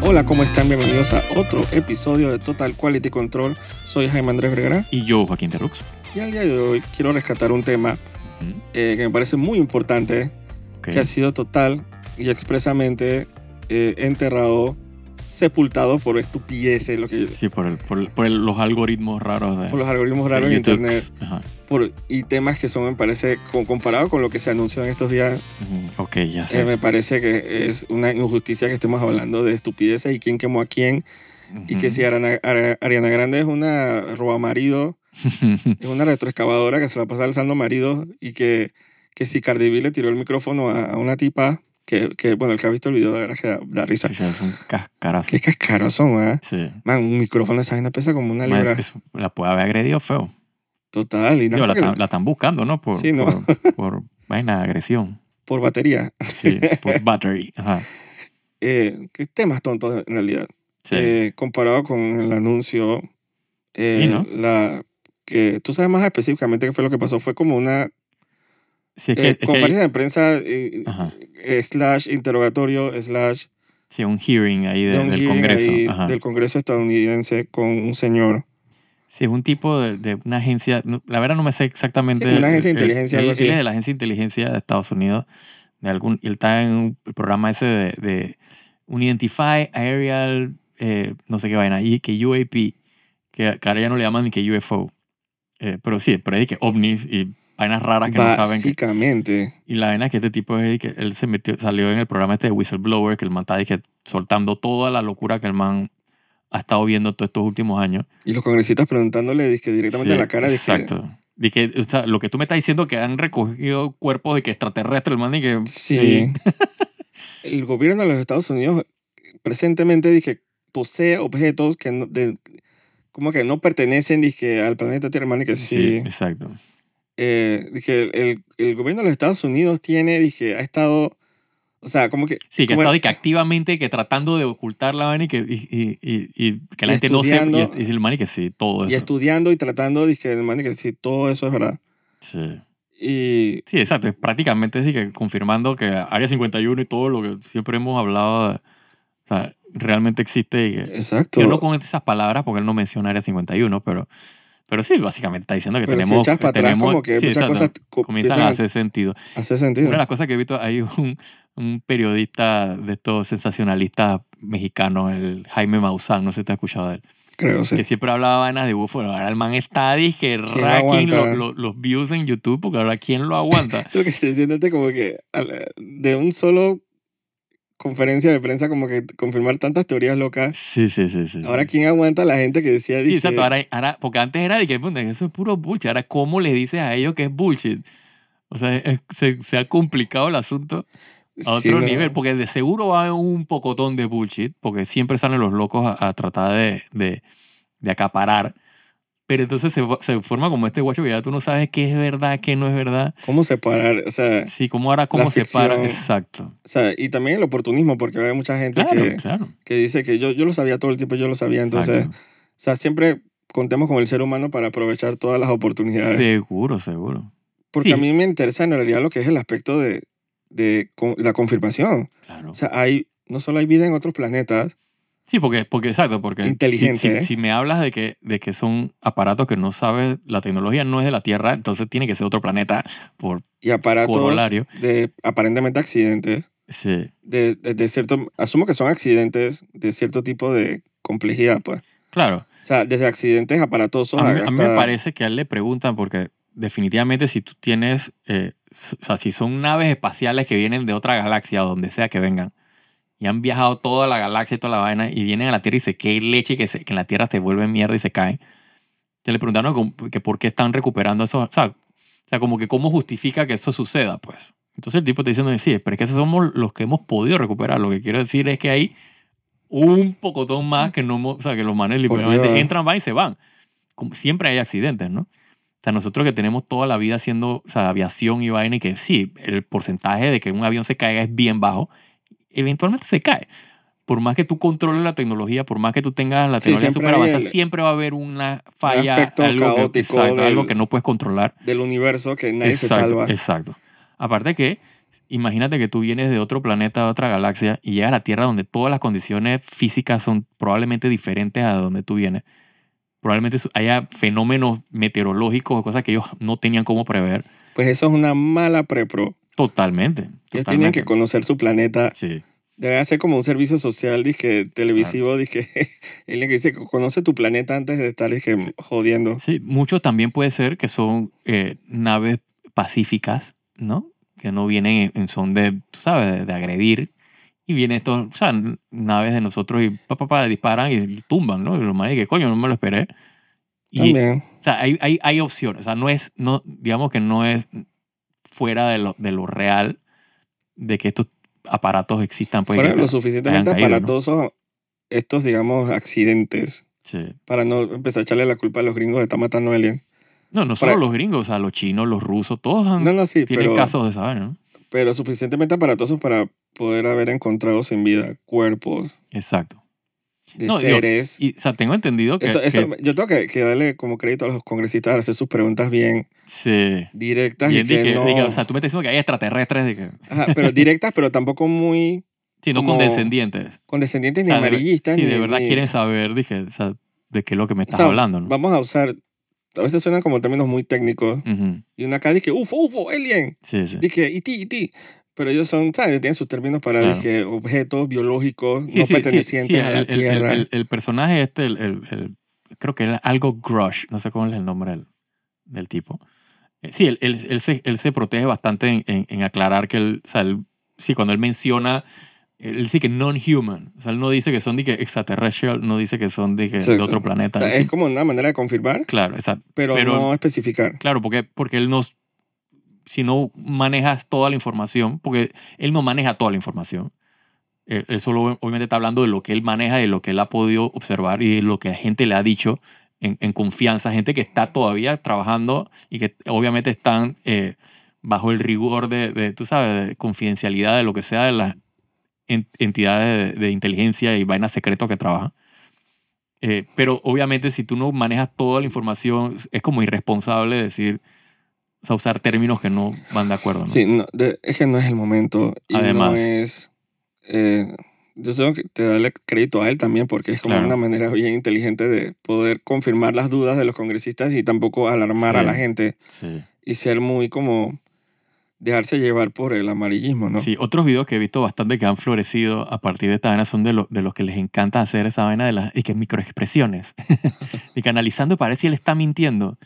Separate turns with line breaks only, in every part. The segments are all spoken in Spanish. Hola, ¿cómo están? Bienvenidos a otro episodio de Total Quality Control. Soy Jaime Andrés Vergara
Y yo, Joaquín de Rux.
y al día de hoy quiero rescatar un tema
Ujú,
eh, que me parece muy importante,
Mm, ok.
que ha sido total y expresamente eh, enterrado, sepultado por estupideces, lo que,
Sí, por, el- por el- por el- los algoritmos raros de,
por los algoritmos
de
raros en
YouTube.
Internet
Ajá.
por, y temas que son, me parece, co- comparado con lo que se anunció en estos días,
Ujú, Mm, Ok, ya
eh,
sé.
me parece que es una injusticia que estemos hablando de estupideces y quién quemó a quién y que si Ariana, Ara- Ariana Grande es una roba marido,
Ujú.
es una retroexcavadora que se la pasa alzando maridos y que, que si Cardi B le tiró el micrófono a, a una tipa, que, que, bueno, el que ha visto el video de verdad que da, da risa.
Sí, sí, es un cascarazo.
Qué cascaros son, ¿ah?
Sí.
Man, un micrófono de esa vaina pesa como una
Más,
libra.
es- la puede haber agredido feo.
Total, y no
Digo, la,
porque-
tan- la están buscando, ¿no? Por,
Sí, ¿no?
Por, por vaina de agresión.
por batería.
Sí, por battery. Ajá.
Eh, qué temas tontos en realidad.
Sí.
Eh, comparado con el anuncio, eh,
Sí, ¿no?
la que tú sabes más específicamente qué fue lo que pasó. Fue como una
sí, es
eh,
que, Ah. es que hay-
conferencia de prensa eh,
Ajá.
eh, slash interrogatorio slash
Sí, un hearing ahí de-
de un
del
hearing
Congreso.
ahí
Ajá.
del Congreso estadounidense con un señor.
Sí, es un tipo de, de una agencia, no- la verdad no me sé exactamente.
Sí, una agencia de
el-
inteligencia,
el-
algo
Él,
así.
es de la agencia de inteligencia de Estados Unidos. De algún, él está en un programa ese de, de un Identify Aerial, eh, no sé qué vaina, y que UAP, que que ahora ya no le llaman ni que UFO. Eh, pero sí, pero es que ovnis y vainas raras que no saben. que-
Básicamente.
y la vaina es que este tipo es que él se metió, salió en el programa este de Whistleblower, que el man está dije, soltando toda la locura que el man ha estado viendo todos estos últimos años.
Y los congresistas preguntándole dizque, directamente
Sí,
a la cara. dizque,
Exacto. Di que, o sea, lo que tú me estás diciendo que han recogido cuerpos de que extraterrestres, man, y que...
sí. El gobierno de los Estados Unidos presentemente dije posee objetos que no- de- como que no pertenecen dije, al planeta Tierra. hermano, y que
Sí,
sí.
exacto.
eh, dije, el, el- el gobierno de los Estados Unidos tiene, dije, ha estado, o sea, como que...
Sí, que
como-
está de que activamente que tratando de ocultar la vaina y que, y, y- y- y que la
Y
gente no sepa. Y,
estudiando.
y el man y que sí, todo
y
eso.
estudiando y tratando, dije, de manera que sí, todo eso es verdad.
sí.
Y
Sí, exacto. Es Prácticamente es de que confirmando que Área 51 y todo lo que siempre hemos hablado o sea, realmente existe. Y que,
exacto.
yo no con esas palabras porque él no menciona Área 51, pero, pero sí, básicamente está diciendo que
pero si
tenemos...
echas para atrás,
tenemos-
como que
sí,
muchas
exacto.
cosas co-
comienzan
empiezan
a
a
hacer sentido.
a hacer sentido.
Una de las cosas que he visto, hay un, un periodista de estos sensacionalistas mexicanos, el Jaime Maussan, no sé si te has escuchado de él,
Creo, sí.
que siempre hablaba vainas de bufo. Ahora el man está, dije,
¿Quién lo
racking
aguanta?
los, los- los views en YouTube, porque ahora ¿quién lo aguanta?
Lo que estoy diciendo es como que al- de un solo conferencia de prensa, como que confirmar tantas teorías locas.
Sí, sí, sí, sí. sí.
Ahora, ¿quién aguanta a la gente que decía,
Sí,
dije,
exacto. Ahora, ahora- porque antes era de que "Puta, eso es puro bullshit. Ahora, ¿cómo le dices a ellos que es bullshit? O sea, es- se, se ha complicado el asunto a
sí,
otro
no,
nivel, porque de seguro va a haber un pocotón de bullshit, porque siempre salen los locos a, a tratar de, de, de acaparar. Pero entonces se, fo- se forma como este guacho que ya tú no sabes qué es verdad, qué no es verdad.
¿Cómo separar? O sea,
Sí, cómo ahora, cómo se
ficción.
para. Exacto.
o sea, y también el oportunismo, porque hay mucha gente
Claro,
que,
claro.
que dice que yo, yo lo sabía todo el tiempo, yo lo sabía, entonces...
Exacto.
O sea, siempre contemos con el ser humano para aprovechar todas las oportunidades.
Seguro, seguro.
Porque
sí.
a mí me interesa en realidad lo que es el aspecto de, de con- la confirmación.
Claro.
O sea, hay, no solo hay vida en otros planetas,
Sí, porque, porque exacto, porque si-
Inteligente,
si,
¿eh?
si me hablas de que, de que son aparatos que no sabes, la tecnología no es de la Tierra, entonces tiene que ser otro planeta por...
y aparatos
Corolario.
de aparentemente accidentes,
Sí,
de, de, de cierto, asumo que son accidentes de cierto tipo de complejidad, pues.
claro.
O sea, desde accidentes aparatosos
A mí,
hasta-
a mí me parece que a él le preguntan porque definitivamente si tú tienes, eh, s- o sea, si son naves espaciales que vienen de otra galaxia o donde sea que vengan y han viajado toda la galaxia y toda la vaina y vienen a la Tierra y se qué leche que, se- que en la Tierra se vuelve mierda y se caen. Te le preguntaron como que por qué están recuperando eso, o sea, o sea, como que cómo justifica que eso suceda, pues. Entonces el tipo te dice, no, sí, pero es que esos somos los que hemos podido recuperar. Lo que quiero decir es que hay un pocotón más que no hemos- o sea, que los manes
Por
literalmente
Dios.
entran, van y se van. Como siempre hay accidentes, ¿no? O sea, nosotros que tenemos toda la vida haciendo o sea, aviación y vaina y que sí, el porcentaje de que un avión se caiga es bien bajo, eventualmente se cae. Por más que tú controles la tecnología, por más que tú tengas la
Sí,
tecnología
siempre
super
hay
avanzada,
el-
siempre va a haber una falla,
aspecto
algo, que,
caótico
exacto, algo
del-
que no puedes controlar
del universo que nadie se
exacto,
salva.
Exacto. Aparte que imagínate que tú vienes de otro planeta, de otra galaxia, y llegas a la Tierra donde todas las condiciones físicas son probablemente diferentes a donde tú vienes. Probablemente haya fenómenos meteorológicos o cosas que ellos no tenían cómo prever.
Pues eso es una mala prepro.
Totalmente.
Ellos
totalmente.
tenían que conocer su planeta.
Sí.
Debe hacer como un servicio social, dije, televisivo, dije, alguien que dice, conoce tu planeta antes de estar, dije, jodiendo.
Sí, muchos también puede ser que son eh, naves pacíficas, ¿no? Que no vienen en, en son de, tú sabes, de, de agredir. Y vienen estos, o sea, n- naves de nosotros y pa, pa, pa, disparan y tumban, ¿no? Y los manes que coño, no me lo esperé. Y,
También.
o sea, hay, hay, hay opciones. O sea, no es, no, digamos que no es fuera de lo, de lo real de que estos aparatos existan. Pues, y
Fueron
que-
lo suficientemente
hayan caído, ¿no?
aparatosos estos, digamos, accidentes
sí.
para no empezar a echarle la culpa a los gringos de estar matando a alguien.
No, no
Para-
solo los gringos, o sea, los chinos, los rusos, todos han-
No, no, sí,
tienen
pero,
Mm. casos de esa vaina, ¿no?
pero suficientemente aparatosos para poder haber encontrado sin vida cuerpos
Exacto.
de
No, digo,
seres.
Y, o sea, tengo entendido que,
Eso- eso-
que
yo tengo que, que darle como crédito a los congresistas al hacer sus preguntas bien
se...
directas y,
bien
que
dije-
no-
dije, o sea, tú me estás diciendo que hay extraterrestres, dije,
Ajá, pero directas, pero tampoco muy
sí, no
Como-
condescendientes.
condescendientes
O sea,
ni
de-
amarillistas.
sí,
ni-
de verdad
ni-
quieren saber, dije, o sea, de qué es lo que me estás
O sea,
hablando, ¿no?
Vamos a usar, a veces suenan como términos muy técnicos.
Ujú,
Y una acá dije, ufo, ufo, alien.
Sí, sí.
Dije, iti, iti. Pero ellos son, ¿sabes? Tienen sus términos para,
Claro.
dije, objetos biológicos
Sí,
no
sí, sí,
pertenecientes
sí,
a la
el, el-
Tierra.
el- el personaje este, el, el- el- creo que era algo Grush, no sé cómo es el nombre del, del tipo. Eh, Sí, él, él- él se, él se protege bastante en, en- en aclarar que él, o sea, él- sí, cuando él menciona, él dice que non-human, o sea, él no dice que son de que extraterrestrial, no dice que son de, que de
Exacto.
otro planeta.
O sea,
Sí,
es como una manera de confirmar,
Claro, exacto.
pero,
Pero-
no especificar.
Claro, porque, porque él nos. Si no manejas toda la información, porque él no maneja toda la información. Él, él solo obviamente está hablando de lo que él maneja, de lo que él ha podido observar y de lo que la gente le ha dicho en, en confianza. Gente que está todavía trabajando y que obviamente están eh, bajo el rigor de, de, tú sabes, de confidencialidad de lo que sea de las en- entidades de, de inteligencia y vainas secretos que trabajan. Eh, pero obviamente si tú no manejas toda la información, es como irresponsable decir, o sea, usar términos que no van de acuerdo. ¿no?
Sí, no, de- es que no es el momento. Y
Además.
no es... eh, yo tengo que te darle crédito a él también porque es como
Claro.
una manera bien inteligente de poder confirmar las dudas de los congresistas y tampoco alarmar
Sí.
a la gente.
Sí.
y ser muy como dejarse llevar por el amarillismo, ¿no?
Sí, otros videos que he visto bastante que han florecido a partir de esta vaina son de, lo- de los que les encanta hacer esa vaina de las y que microexpresiones. y que analizando parece que él está mintiendo.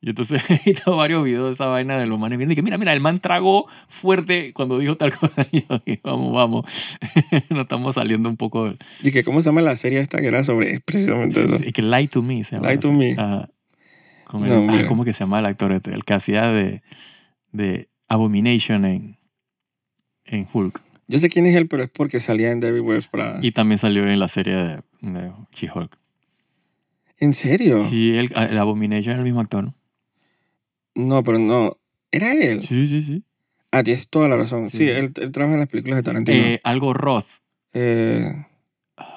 Y entonces he visto varios videos de esa vaina de los manes viendo y que mira, mira, el man tragó fuerte cuando dijo tal cosa. Y yo, "Y vamos, vamos. Nos estamos saliendo un poco. del-
Y que, ¿cómo se llama la serie esta que era sobre precisamente eso?
Sí, sí, que Lie to Me se llama.
Lie to Me.
Ajá. Con
No,
el, ah,
hombre.
¿Cómo que se llama el actor este? El que hacía de, de Abomination en, en Hulk.
Yo sé quién es él, pero es porque salía en David Wears Prada.
Y también salió en la serie de, de She-Hulk.
¿En serio?
Sí, el, el Abomination es el mismo actor, ¿no?
No, pero no. ¿Era él?
Sí, sí, sí.
Ah, tienes toda la razón. Sí,
Sí.
él, él trabaja en las películas de Tarantino. Eh,
Eh, algo Roth.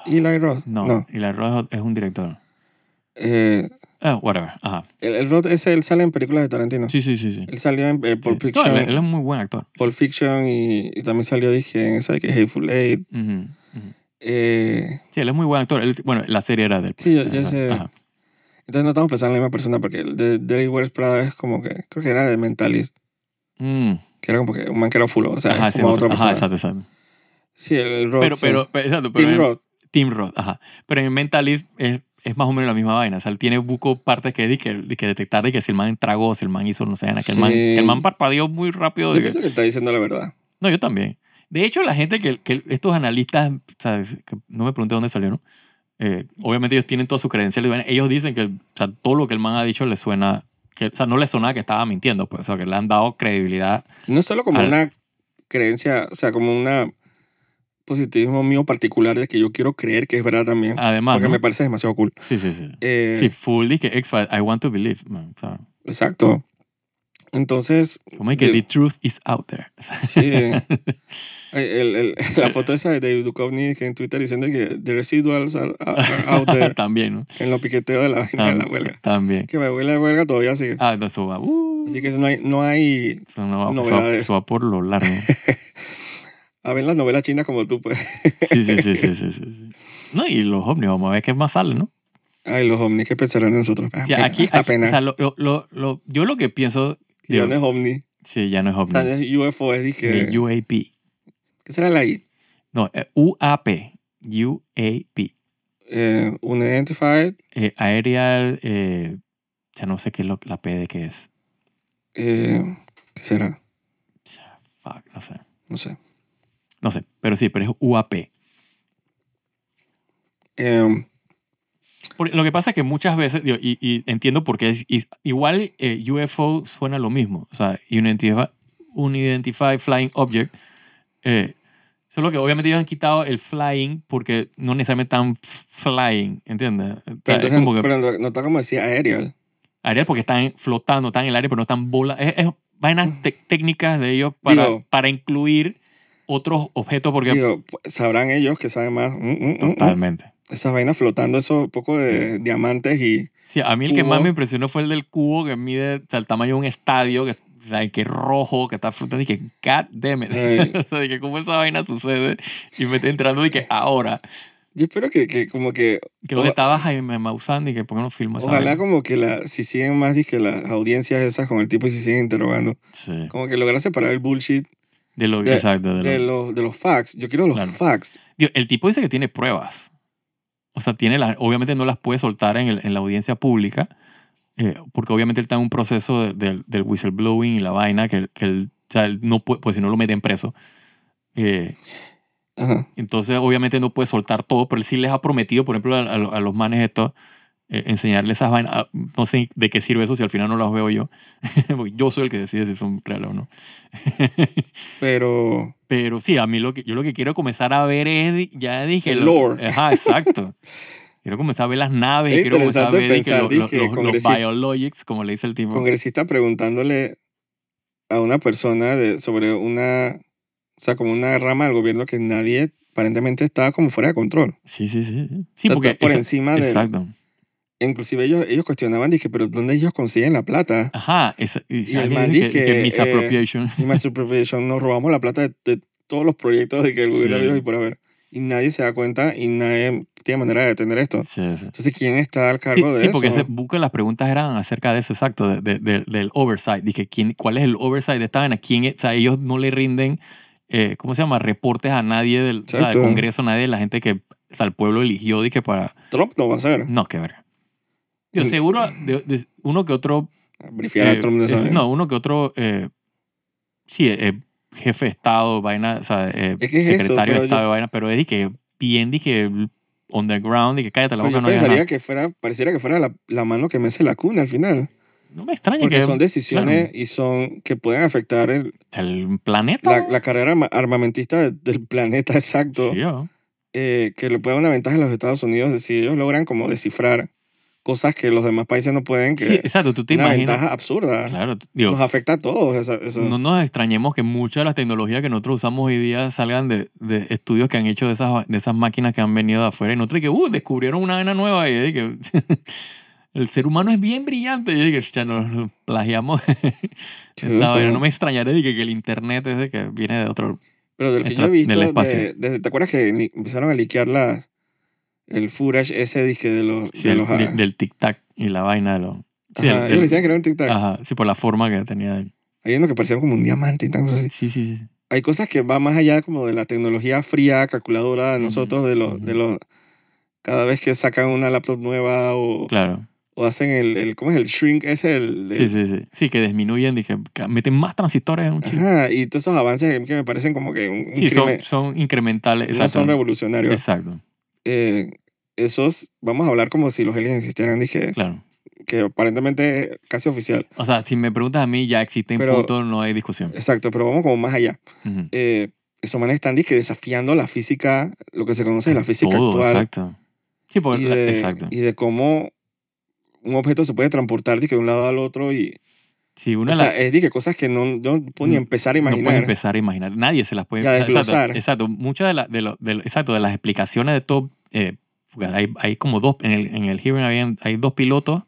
Eli Roth.
No,
No.
y la Roth es un director.
Eh,
Ah, whatever. Ajá.
el, el Roth ese, él sale en películas de Tarantino.
Sí, sí, sí, sí.
Él salió en eh, Pulp
Sí. No,
Fiction.
él, él es muy buen actor.
Pulp Fiction y, y también salió, dije, en esa de que Hateful Eight.
Ujú, ujú.
Eh,
Sí, él es muy buen actor. Él- bueno, la serie era de él.
Sí, yo- yo sé.
Ajá.
Entonces no estamos pensando en la misma persona porque el de Derek Wears Prada es como que, creo que era de Mentalist,
Mm.
que era como que un man que era fulo, o sea,
Ajá,
es
sí,
Ah, como
otro-
otra
ajá,
persona.
exacto, exacto.
Sí, el Roth.
pero,
sí.
pero, pero, exacto, pero
Tim
en-
Roth.
Tim Roth, ajá. Pero en Mentalist es, es más o menos la misma vaina. O sea, él tiene buco partes que, de que, de que detectar de que si el man tragó, si el man hizo, no sé, en aquel
Sí.
man, que el man parpadeó muy rápido.
Yo
de que-
pienso que está diciendo la verdad.
no, yo también. De hecho, la gente que, que estos analistas, ¿sabes? Que no me pregunté dónde salieron, eh, obviamente ellos tienen todas sus credenciales. y vaina. Ellos dicen que el- o sea, todo lo que el man ha dicho le suena, que, o sea, no le sonaba que estaba mintiendo, pues, o sea, que le han dado credibilidad.
Y no es solo como
Al-
una creencia, o sea, como una positivismo mío particular de que yo quiero creer que es verdad también,
Además,
porque
¿no?
me parece demasiado cool.
sí, sí, sí.
Eh,
Ah, Sí, full dije, X-Files, I want to believe. man, o sea,
Exacto. Entonces,
Como es que
Digo-
the truth is out there.
sí. eh, el- el- la foto esa de David Duchovny que en Twitter diciendo que the residuals are- are out there.
También, ¿no?
En los piqueteos de la vaina de la
Tam-
huelga.
También.
Que la huelga, huelga todavía sigue.
Ah, no, eso va. uh,
Así que no hay, no hay
eso no va- eso va-
Novedades.
eso va por lo largo.
a ver las novelas chinas como tú, pues.
Sí, sí, sí, sí, sí, sí. No, y los ovnis, vamos a ver qué más sale, ¿no?
Ay, los ovnis, ¿qué pensarán de nosotros? Ah,
O sea, aquí, aquí- o sea, lo- lo- lo- lo- yo lo que pienso,
ya no es ovni.
sí, ya no es
O sea,
ovni,
no es UFO, es dije...
Mm. ni UAP.
¿Qué será la I?
No, eh, UAP, UAP,
Eh, unidentified
eh, Aerial, eh, ya no sé qué es lo- la P de qué es.
eh, ¿Qué será?
Fuck, no sé.
No sé.
No sé, pero sí, pero es UAP.
Eh,
Porque lo que pasa es que muchas veces, digo, y, y entiendo por qué, es, y- igual eh, UFO suena lo mismo, o sea, Unidentified, unidentified Flying Object, eh, solo que obviamente ellos han quitado el flying porque no necesariamente están f- flying, ¿entiendes? O sea,
pero,
es
entonces,
como que-
pero no, no está como decía aerial.
área porque están flotando, están en el aire, pero no están bola. Es, es vainas tec- técnicas de ellos para,
Digo-
para incluir otros objetos porque...
Digo, pues, sabrán ellos que saben más. Mm, mm, mm, mm.
Totalmente.
Esas vainas flotando, esos poco de diamantes y...
Sí, a mí el que
Cubo.
más me impresionó fue el del cubo que mide o sea, el tamaño de un estadio, que, o sea, que es rojo, que está flotando y que, god damn it.
Ay.
O sea, de que cómo esa vaina sucede y me está entrando y que ahora,
Yo espero que, que como que...
creo
Oja-
que estaba Jaime Maussan y que por qué no filma esa
Ojalá
vaina?
como que la, si siguen más, dije, las audiencias esas con el tipo y si siguen interrogando,
Sí.
como que lograr separar el bullshit
De lo,
De-
exacto, de lo-
de los, de los facts. Yo quiero los
Claro.
facts.
Digo, el tipo dice que tiene pruebas. O sea, tiene las, obviamente no las puede soltar en, el- en la audiencia pública, eh, porque obviamente él está en un proceso de- del- del whistleblowing y la vaina, que, él- que él, o sea, él no puede, pues si no lo meten preso. Eh,
Ajá.
entonces, obviamente no puede soltar todo, pero él sí les ha prometido, por ejemplo, a, a lo- a los manes estos, eh, enseñarles esas vainas. Ah, No sé de qué sirve eso si al final no las veo yo. Porque yo soy el que decide si son reales o no.
Pero
Pero sí, a mí lo que, yo lo que quiero comenzar a ver es, di- ya dije...
El
lo-
lore.
Ajá, exacto. quiero comenzar a ver las naves,
Es
quiero comenzar a ver
interesante
dije, lo-
pensar, dije,
lo- lo- los
congresista.
biologics, como le dice el tipo.
congresista preguntándole a una persona de, sobre una, o sea, como una rama del gobierno que nadie aparentemente estaba como fuera de control.
Sí, sí, sí. sí.
O
Sí,
sea,
porque...
por
esa-
encima de...
exacto.
Inclusive ellos, ellos cuestionaban, dije, pero ¿dónde ellos consiguen la plata?
Ajá, esa, y,
el
alguien
man
dice que,
dije,
que
eh,
misappropriation.
Y más Appropriation, nos robamos la plata de, de todos los proyectos de que el gobierno
Sí.
dijo y por haber. Y nadie se da cuenta y nadie tiene manera de detener esto.
sí, sí.
Entonces, ¿quién está al
Sí,
cargo de
sí,
eso?
porque ese busco las preguntas eran acerca de eso, exacto, de- de- de- del oversight. Dije, ¿quién, ¿cuál es el oversight de esta vaina? ¿Quién, es? o sea, ellos no le rinden, eh, ¿cómo se llama? Reportes a nadie del, o sea, del
Exacto.
Congreso, nadie de la gente que, o sea, el pueblo eligió, dije, para...
Trump no va a hacer.
No, qué verga. Yo
Mm.
seguro, de- de- uno que otro...
Brifiar
eh,
a Trump de esa
es-
manera.
no, uno que otro, eh, sí, eh, jefe de Estado, vaina, o sea, eh,
Es que es eso,
secretario
pero
de Estado, vaina, pero es que bien, dije, underground, dije, cállate la
Pero yo
boca, no digas
pensaría
nada.
que fuera, pareciera que fuera la, la mano que mece la cuna al final.
No me extraña
Porque
que...
son decisiones
claro.
y son que pueden afectar el-
O sea, el planeta.
la, la carrera arma- armamentista de- del planeta exacto.
Sí, ¿no?
eh, que le puede dar una ventaja a los Estados Unidos de si ellos logran como descifrar cosas que los demás países no pueden, que
Sí, exacto, tú te
una
imaginas.
ventaja absurda.
Claro, t- digo,
Nos afecta a todos. Esa, esa-
no nos extrañemos que muchas de las tecnologías que nosotros usamos hoy día salgan de, de estudios que han hecho de esas, de esas máquinas que han venido de afuera y nosotros y que, uh, descubrieron una vena nueva y, eh, que el ser humano es bien brillante y que ya nos plagiamos.
Sí,
La
eso.
vaina, no me extrañaré de que, que el internet es de que viene de otro...
Pero del que yo he
Extra-
visto,
del
de-
espacio.
desde- ¿te acuerdas que li- empezaron a liquear la, el footage ese disque de los...
sí,
de
del,
los ah,
del- del tic-tac y la vaina de los... Sí,
ajá,
el-
ellos le
el-
decían que era un tic-tac.
ajá, sí, por la forma que tenía él.
Hay uno que parecía como un diamante y tal, cosas así.
Sí, sí, sí.
Hay cosas que van más allá como de la tecnología fría, calculadora de
Ujú,
nosotros, de los...
ujú.
De los cada vez que sacan una laptop nueva o,
Claro.
o hacen el, el... ¿Cómo es el shrink? Ese el... el-
Sí, sí, sí. Sí, que disminuyen, dije, ca- meten más transistores en un chip.
Ajá, y todos esos avances que- que me parecen como que un, un
Sí, son,
crimen,
son incrementales.
no
Exacto.
son revolucionarios.
Exacto,
Eh, esos, vamos a hablar como si los aliens existieran, dije,
claro.
que aparentemente es casi oficial.
O sea, si me preguntas a mí, ya existen
Pero-
puntos, no hay discusión.
Exacto, pero vamos como más allá.
Ujú.
Eh, esos manes están dije, desafiando la física, lo que se conoce de la física
Todo,
actual.
exacto. Sí, por, eh,
Y de,
exacto.
y de cómo un objeto se puede transportar dije, de un lado al otro. Y,
Sí, una
o
de las-
sea, es dije, cosas que no, yo no puedo ni
No-
empezar a
no
imaginar.
puedes empezar a imaginar. Nadie se las puede
Y a
o sea,
desglosar.
Exacto. exacto. Muchas de, la- de lo- de lo- exacto, de las explicaciones de todo. eh, porque hay, hay como dos. En el, en el hearing habían- hay dos pilotos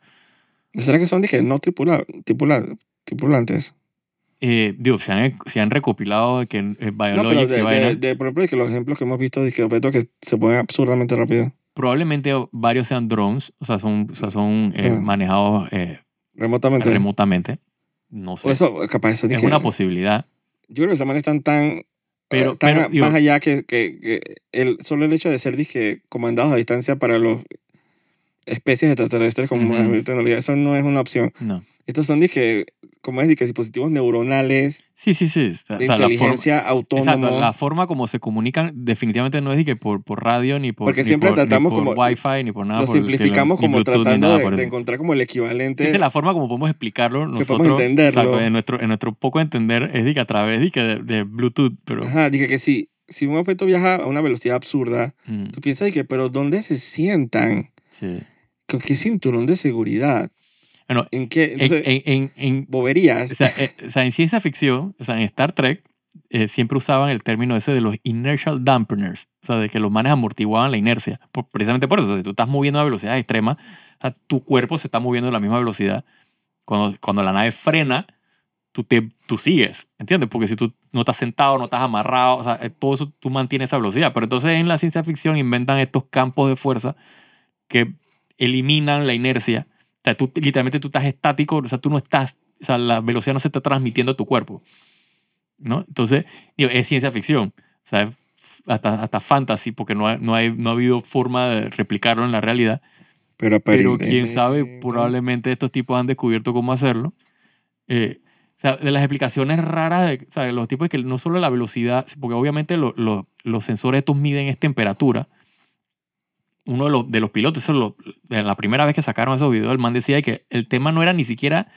¿Será que son dije, no tripula, tripula- tripulantes?
eh, digo, se han, se han recopilado de que eh,
No, pero
Biologics y
de,
vaina.
de, de, por ejemplo, de que los ejemplos que hemos visto de que objetos que se ponen absurdamente rápido,
probablemente varios sean drones, o sea, son, o sea, son eh,
Ajá.
manejados eh,
remotamente.
remotamente. No
O
sé.
eso, capaz, eso
es
dije,
una posibilidad.
Yo creo que los manes están tan,
Pero-
eh, tan
pero,
a-
digo-
más allá que, que, que el, solo el hecho de ser dije, comandados a distancia para los especies extraterrestres como
Ujú.
la tecnología, eso no es una opción.
No.
Estos son, dije, como es, dije, dispositivos neuronales
Sí, sí, sí. O
de
sea, la forma,
inteligencia autónoma.
exacto, la forma como se comunican definitivamente no es de que por, por radio ni por,
Porque
ni
siempre
por,
tratamos
ni por
como-
wifi ni por nada.
lo
por el estilo,
simplificamos
ni
como
Bluetooth, ni
tratando
nada
de,
por el-
de encontrar como el equivalente.
Esa es la forma como podemos explicarlo nosotros.
entenderlo.
exacto, en, nuestro, en nuestro poco entender es de que a través de, que de, de Bluetooth, pero...
Ajá, dije que sí. Si un objeto viaja a una velocidad absurda,
mm,
tú piensas de que, pero ¿dónde se sientan?
sí.
¿Con qué cinturón de seguridad?
Bueno,
¿En qué?
en-
Entonces,
en- en- en-
boberías.
o, sea, eh, o sea, en ciencia ficción, o sea, en Star Trek, eh, siempre usaban el término ese de los inertial dampeners, o sea, de que los manes amortiguaban la inercia. Por- precisamente por eso, si tú estás moviendo a velocidades extremas, o sea, tu cuerpo se está moviendo a la misma velocidad. Cuando, cuando la nave frena, tú, te, tú sigues, ¿entiendes? Porque si tú no estás sentado, no estás amarrado, o sea, eh, todo eso tú mantienes esa velocidad. Pero entonces en la ciencia ficción inventan estos campos de fuerza que eliminan la inercia. O sea, tú literalmente tú estás estático, o sea, tú no estás, o sea, la velocidad no se está transmitiendo a tu cuerpo. ¿No? Entonces, digo, es ciencia ficción, o sea, es hasta, hasta fantasy, porque no ha, no, hay, no ha habido forma de replicarlo en la realidad.
pero,
Pero quién
aparentemente-
sabe, probablemente estos tipos han descubierto cómo hacerlo. Eh, o sea, de las explicaciones raras, de, o sea, de los tipos es que no solo la velocidad, porque obviamente lo- lo- los sensores estos miden es temperatura. Uno de los, de los pilotos, eso lo- de la primera vez que sacaron esos videos, el man decía que el tema no era ni siquiera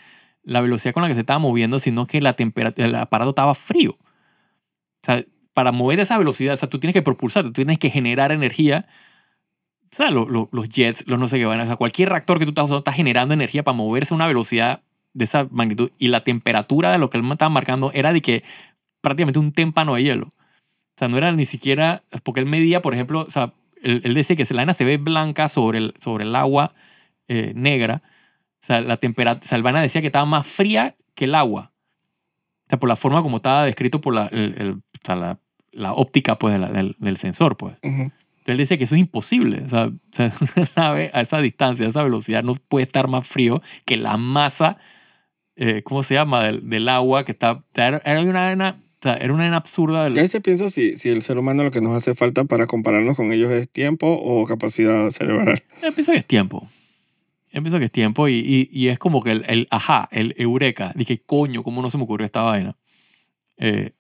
la velocidad con la que se estaba moviendo, sino que la temperatura, el aparato estaba frío. O sea, para mover esa velocidad, o sea, tú tienes que propulsarte, tú tienes que generar energía. O sea, lo- lo- los jets, los no sé qué van, o sea, cualquier reactor que tú estás usando está generando energía para moverse a una velocidad de esa magnitud. Y la temperatura de lo que él me estaba marcando era de que prácticamente un témpano de hielo. O sea, no era ni siquiera, porque él medía, por ejemplo, o sea, él, él decía que si la vaina se ve blanca sobre el, sobre el agua eh, negra, o sea, la temperatura, Salvana decía que estaba más fría que el agua. O sea, por la forma como estaba descrito por la, el- el- o sea, la, la óptica pues, de la- del, del sensor, pues.
Ujú.
Entonces él dice que eso es imposible. O sea, o sea, una nave a esa distancia, a esa velocidad, no puede estar más frío que la masa, eh, ¿cómo se llama? Del, del agua que está. o sea, era, era una vaina- o sea, era una vaina absurda.
Y a
Del,
veces pienso si, si el ser humano lo que nos hace falta para compararnos con ellos es tiempo o capacidad cerebral.
yo pienso que es tiempo. Yo pienso que es tiempo y, y- y es como que el, el ajá, el eureka. Dije, coño, ¿cómo no se me ocurrió esta vaina? Eh,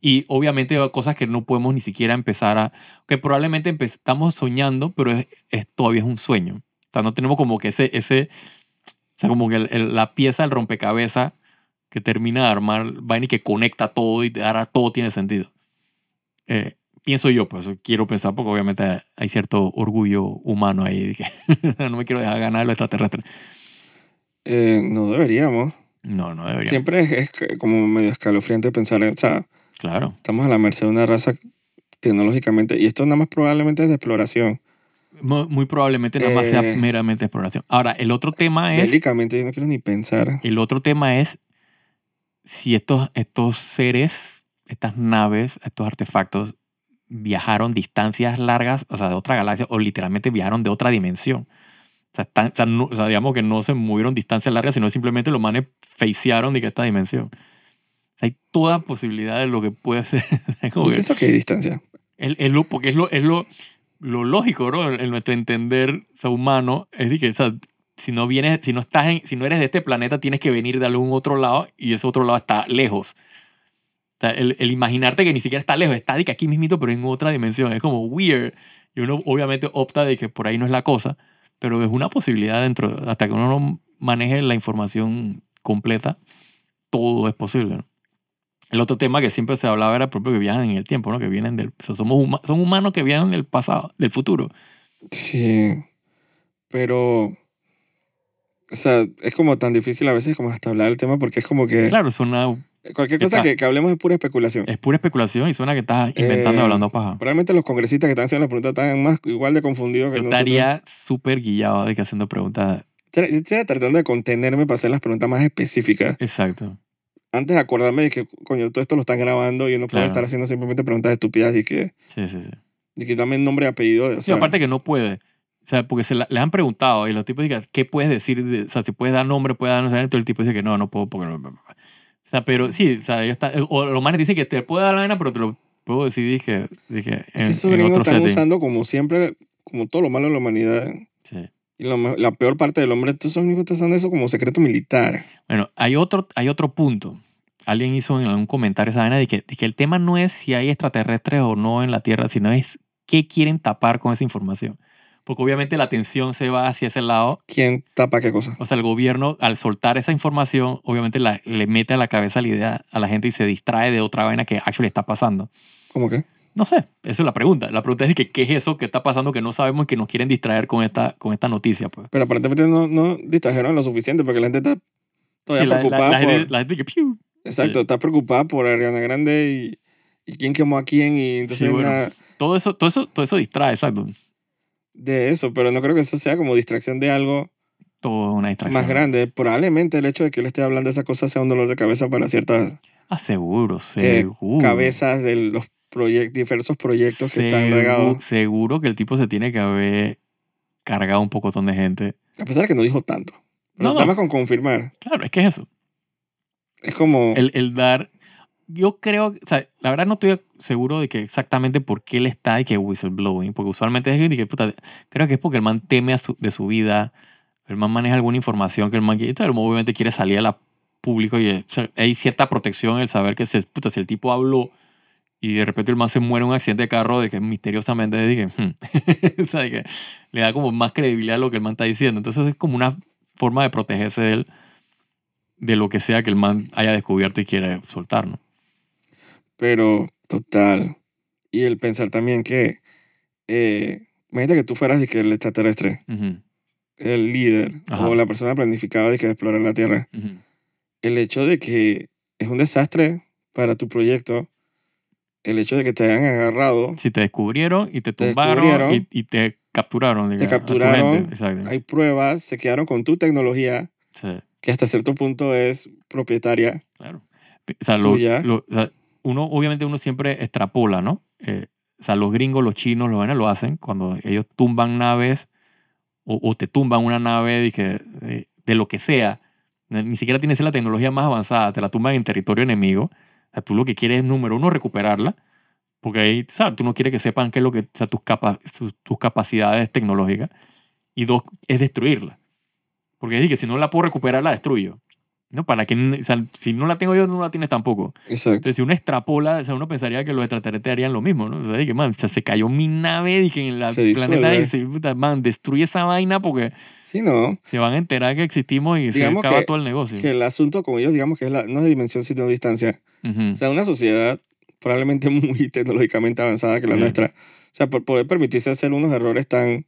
y obviamente hay cosas que no podemos ni siquiera empezar a... Que probablemente empe- estamos soñando, pero es, es- todavía es un sueño. O sea, no tenemos como que ese... ese o sea, como que el- el- la pieza del rompecabezas que termina de armar vaina y que conecta todo y te- ahora todo tiene sentido. Eh, pienso yo, pues quiero pensar, porque obviamente hay cierto orgullo humano ahí. de que no me quiero dejar ganar lo extraterrestre.
Eh, no deberíamos.
No, no debería.
Siempre es, es como medio escalofriante pensar, en- o sea,
Claro.
estamos a la merced de una raza tecnológicamente, y esto nada más probablemente es de exploración.
Mu- Muy probablemente nada más sea
Eh.
meramente exploración. Ahora, el otro tema es...
Bélicamente yo no quiero ni pensar.
El otro tema es si estos, estos seres, estas naves, estos artefactos viajaron distancias largas, o sea, de otra galaxia, o literalmente viajaron de otra dimensión. O sea, están- o sea, no- o sea, digamos que no se movieron distancias largas, sino simplemente los manes facearon de que esta dimensión. Hay toda posibilidad de lo que puede ser. Como
Yo
que-
pienso que hay distancia.
es, es lo, porque es lo, es lo, lo lógico, ¿no? En, en nuestro entender o sea, humano, es de que, o sea, si no vienes, si no estás en, si no eres de este planeta, tienes que venir de algún otro lado y ese otro lado está lejos. O sea, el, el imaginarte que ni siquiera está lejos, está de que aquí mismito, pero en otra dimensión. Es como weird. Y uno obviamente opta de que por ahí no es la cosa, pero es una posibilidad dentro, hasta que uno no maneje la información completa, todo es posible, ¿no? El otro tema que siempre se hablaba era propio que viajan en el tiempo, ¿no? Que vienen del... o sea, somos huma- son humanos que viajan del pasado, del futuro.
Sí. Pero, o sea, es como tan difícil a veces como hasta hablar del tema porque es como que
Claro, suena...
cualquier cosa
Exacto.
que, que hablemos es pura especulación.
Es pura especulación y suena que estás inventando
Eh,
hablando paja.
Probablemente los congresistas que están haciendo las preguntas están más igual de confundidos que
Yo
nosotros.
estaría súper guillado de que haciendo preguntas...
Yo Estaría tratando de contenerme para hacer las preguntas más específicas.
Exacto.
antes de acordarme de que, coño, todo esto lo están grabando y yo no puedo
Claro.
estar haciendo simplemente preguntas estúpidas y que,
Sí, sí, sí.
y que dame nombre y apellido. O
Sí,
sea,
aparte que no puede. O sea, porque se la- le han preguntado y los tipos dicen, ¿qué puedes decir? de- o sea, si puedes dar nombre, puedes dar no sé qué. Entonces el tipo dice que no, no puedo porque no... O sea, pero sí, o sea, ellos están- o los manes dicen que te puedo dar la vaina, pero te lo puedo decir, dije, dije en,
esos
en
gringos
otro
están
setting.
usando como siempre, como todo lo malo de la humanidad.
Sí.
Y lo me- la peor parte del hombre, estos son gringos están usando eso como secreto militar.
Bueno, hay otro, hay otro punto. Alguien hizo en algún comentario esa vaina de que, de que el tema no es si hay extraterrestres o no en la Tierra, sino es qué quieren tapar con esa información. Porque obviamente la atención se va hacia ese lado
¿Quién tapa qué cosa?
O sea, el gobierno, al soltar esa información, obviamente la- le mete a la cabeza la idea a la gente y se distrae de otra vaina que actually está pasando.
¿Cómo que?
No sé, esa es la pregunta. La pregunta es que, qué es eso que está pasando que no sabemos y que nos quieren distraer con esta, con esta noticia. Pues.
Pero aparentemente no, no distrajeron lo suficiente porque la gente está todavía
Sí, la, la-
preocupada
la
por...
gente, la gente que... "Piu".
Exacto, está preocupada por Ariana Grande y, y quién quemó a quién y entonces
Sí, bueno.
nada
Todo, eso, todo, eso, todo eso distrae, exacto.
de eso, pero no creo que eso sea como distracción de algo
Todo es una distracción.
más grande. Probablemente el hecho de que él esté hablando de esas cosas sea un dolor de cabeza para ciertas
Ah, seguro, seguro.
Eh, cabezas de los proyectos, diversos proyectos que están
Segu-
regados.
Seguro que el tipo se tiene que haber cargado un pocotón de gente.
A pesar de que no dijo tanto. Pero
No,
nada
no.
más con confirmar.
Claro, es que es eso.
Es como...
el, el dar. Yo creo, o sea, la verdad no estoy seguro de que exactamente por qué él está y que whistleblowing, porque usualmente es de que, puta, creo que es porque el man teme a su- de su vida, el man maneja alguna información que el man quiere, el man obviamente quiere salir a la público y o sea, hay cierta protección en el saber que se, puta, si el tipo habló y de repente el man se muere en un accidente de carro, de que misteriosamente dije, hmm. o sea, de que le da como más credibilidad a lo que el man está diciendo, entonces es como una forma de protegerse de él de lo que sea que el man haya descubierto y quiera soltar, ¿no?
Pero, total. Y el pensar también que, eh, imagínate que tú fueras dizque, el extraterrestre,
Ujú,
el líder
Ajá.
o la persona planificada de que explorar la Tierra.
ujú.
El hecho de que es un desastre para tu proyecto, el hecho de que te hayan agarrado,
Si te descubrieron y te
Te
tumbaron
descubrieron.
y, y te capturaron.
Te
digamos, a tu
capturaron.
gente, Exacto.
hay pruebas, se quedaron con tu tecnología,
Sí,
que hasta cierto punto es propietaria.
claro. O sea, lo-
Tuya.
lo- o sea, uno, obviamente uno siempre extrapola, ¿no? Eh, o sea, los gringos, los chinos, los vaina lo hacen cuando ellos tumban naves o, o te tumban una nave dije, eh, de lo que sea. Ni siquiera tienes la tecnología más avanzada, te la tumban en territorio enemigo. O sea, tú lo que quieres es, número uno, recuperarla. Porque ahí, ¿sabes? Tú no quieres que sepan qué es lo que, o sea, tus, capa- sus- tus capacidades tecnológicas. Y dos, es destruirla. Porque es decir, que si no la puedo recuperar, la destruyo. ¿No? Para que, o sea, si no la tengo yo, no la tienes tampoco.
Exacto.
Entonces, si uno extrapola, o sea, uno pensaría que los extraterrestres harían lo mismo, ¿no? O sea, de que, man, o sea, se cayó mi nave y que en la
Se disuelve.
planeta y se, puta, man, destruye esa vaina porque
Sí, no.
se van a enterar que existimos y se
Digamos
acaba
que-
todo el negocio.
Que el asunto con ellos, digamos que es la, no es dimensión, sino distancia.
Ujú.
O sea, una sociedad probablemente muy tecnológicamente avanzada que la
Sí.
nuestra. O sea, por poder permitirse hacer unos errores tan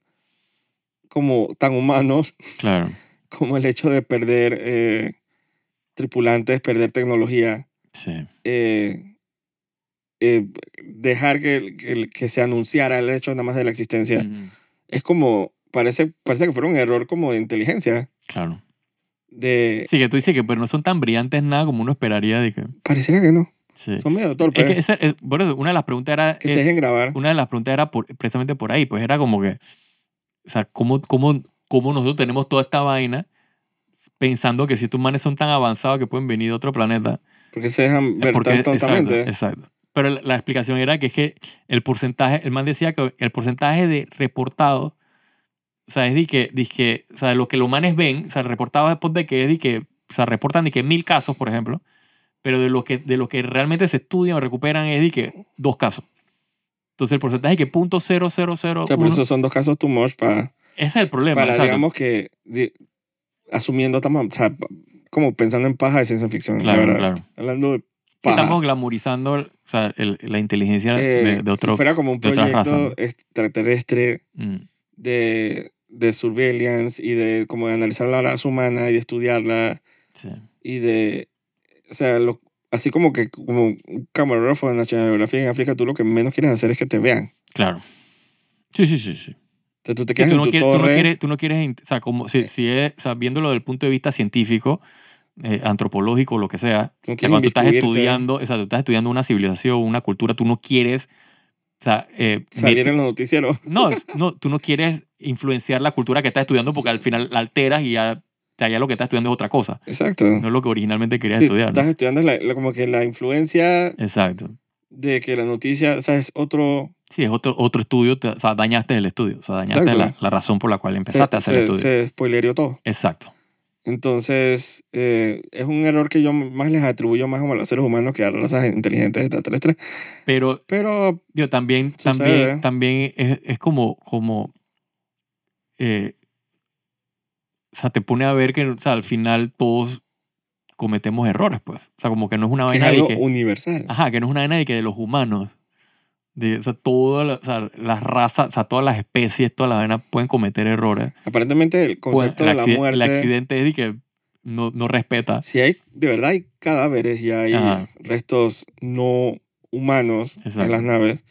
como tan humanos
Claro,
como el hecho de perder eh, tripulantes, perder tecnología,
sí.
eh, eh, dejar que, que, que se anunciara el hecho nada más de la existencia.
Ujú.
Es como, parece, parece que fue un error como de inteligencia.
Claro.
De,
Sí, que tú dices que pero no son tan brillantes nada como uno esperaría. De que,
Pareciera que no.
sí.
Son medio
Es
torpes.
que
que,
esa- es- por eso, una de las preguntas era... eh,
se dejen grabar.
una de las preguntas era por, precisamente por ahí, pues era como que, o sea, ¿cómo, cómo, cómo nosotros tenemos toda esta vaina pensando que si estos manes son tan avanzados que pueden venir de otro planeta?
Porque se dejan ver
Porque-
tan eh.
exacto,
tontamente.
exacto. Pero la, la explicación era que es que el porcentaje, el man decía que el porcentaje de reportados, o sea, es de que, de que, o sea, de lo que los manes ven, o sea, reportados después de que es de que, o sea, reportan de que mil casos, por ejemplo, pero de lo que, de lo que realmente se estudian o recuperan es de que dos casos. Entonces el porcentaje que punto cero cero cero
O sea, por
uno-
eso son dos casos too much pa-
ese es el problema.
para,
exacto.
digamos que, di- asumiendo, estamos, o sea, pa- como pensando en paja de ciencia ficción, la
claro,
verdad.
claro.
Hablando de
Sí,
paja.
estamos glamorizando o sea, el- la inteligencia
Eh,
de, de otro.
si fuera como un
de otra raza,
proyecto
¿no?
extraterrestre
Mm,
de, de surveillance y de como de analizar la raza humana y de estudiarla
sí.
y de, o sea, lo- así como que como un camarógrafo de National Geographic en África, tú lo que menos quieres hacer es que te vean.
Claro. Sí, sí, sí, sí.
O sea, tú te
Sí,
quedas
tú,
en
no
tu
quieres, tú no
torre.
quieres, tú no quieres, in- o sea, como, si, si es, o sea, viéndolo desde el punto de vista científico, eh, antropológico, lo que sea,
Tú no
que
quieres
cuando tú estás
inmiscuirte,
estudiando, o sea, tú estás estudiando una civilización, una cultura, tú no quieres, o sea, eh,
Salir
meter-
en los noticieros.
no, es- no, tú no quieres influenciar la cultura que estás estudiando porque al final la alteras y ya, o sea, ya lo que estás estudiando es otra cosa.
Exacto.
No es lo que originalmente querías
Sí,
estudiar. ¿no?
Estás estudiando la- la- como que la influencia
Exacto.
de que la noticia, o sea, es otro...
Sí, es otro, otro estudio, te- o sea, dañaste el estudio, o sea, dañaste
Exacto.
la, la razón por la cual
se-
empezaste a hacer el
se,
estudio.
se spoilereó todo.
Exacto.
Entonces, eh, es un error que yo más les atribuyo más como a los seres humanos que a las razas inteligentes extraterrestres.
Pero
Pero
Yo también,
Sucede.
también, también es, es como, como eh, o sea, te pone a ver que o sea, al final todos cometemos errores, pues. O sea, como que no es una
que es
vaina de
algo
que, Ah.
universal.
ajá, que no es una vaina de que de los humanos, de, o sea, todas las- o sea, las razas, o sea, todas las especies, todas las vainas pueden cometer errores.
Aparentemente el
Pueden-
concepto
el,
de la
accidente, el
muerte...
accidente es de que no, no respeta.
Si hay, de verdad hay cadáveres y hay
Ajá.
restos no humanos en
Exacto.
las naves,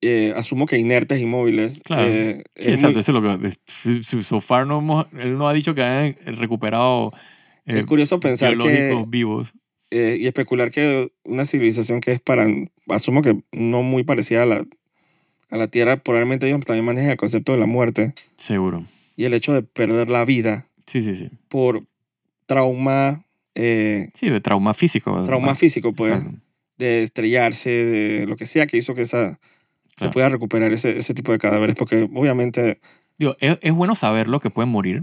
eh, asumo que inertes, inmóviles.
Claro.
eh,
Sí,
es
exacto,
muy-
eso es lo que... si- si- So far no, hemos- él no ha dicho que hayan recuperado... eh,
es curioso pensar que
biológicos vivos.
eh, y especular que una civilización que es para, asumo que no muy parecida a la, a la Tierra, probablemente ellos también manejan el concepto de la muerte
Seguro.
y el hecho de perder la vida
Sí, sí, sí.
por trauma, eh,
Sí, de trauma físico. ¿verdad?
trauma físico, pues,
Exacto.
de estrellarse, de lo que sea que hizo que esa, se
Claro.
pueda recuperar ese, ese tipo de cadáveres, porque obviamente
Digo, es, es bueno saberlo que pueden morir.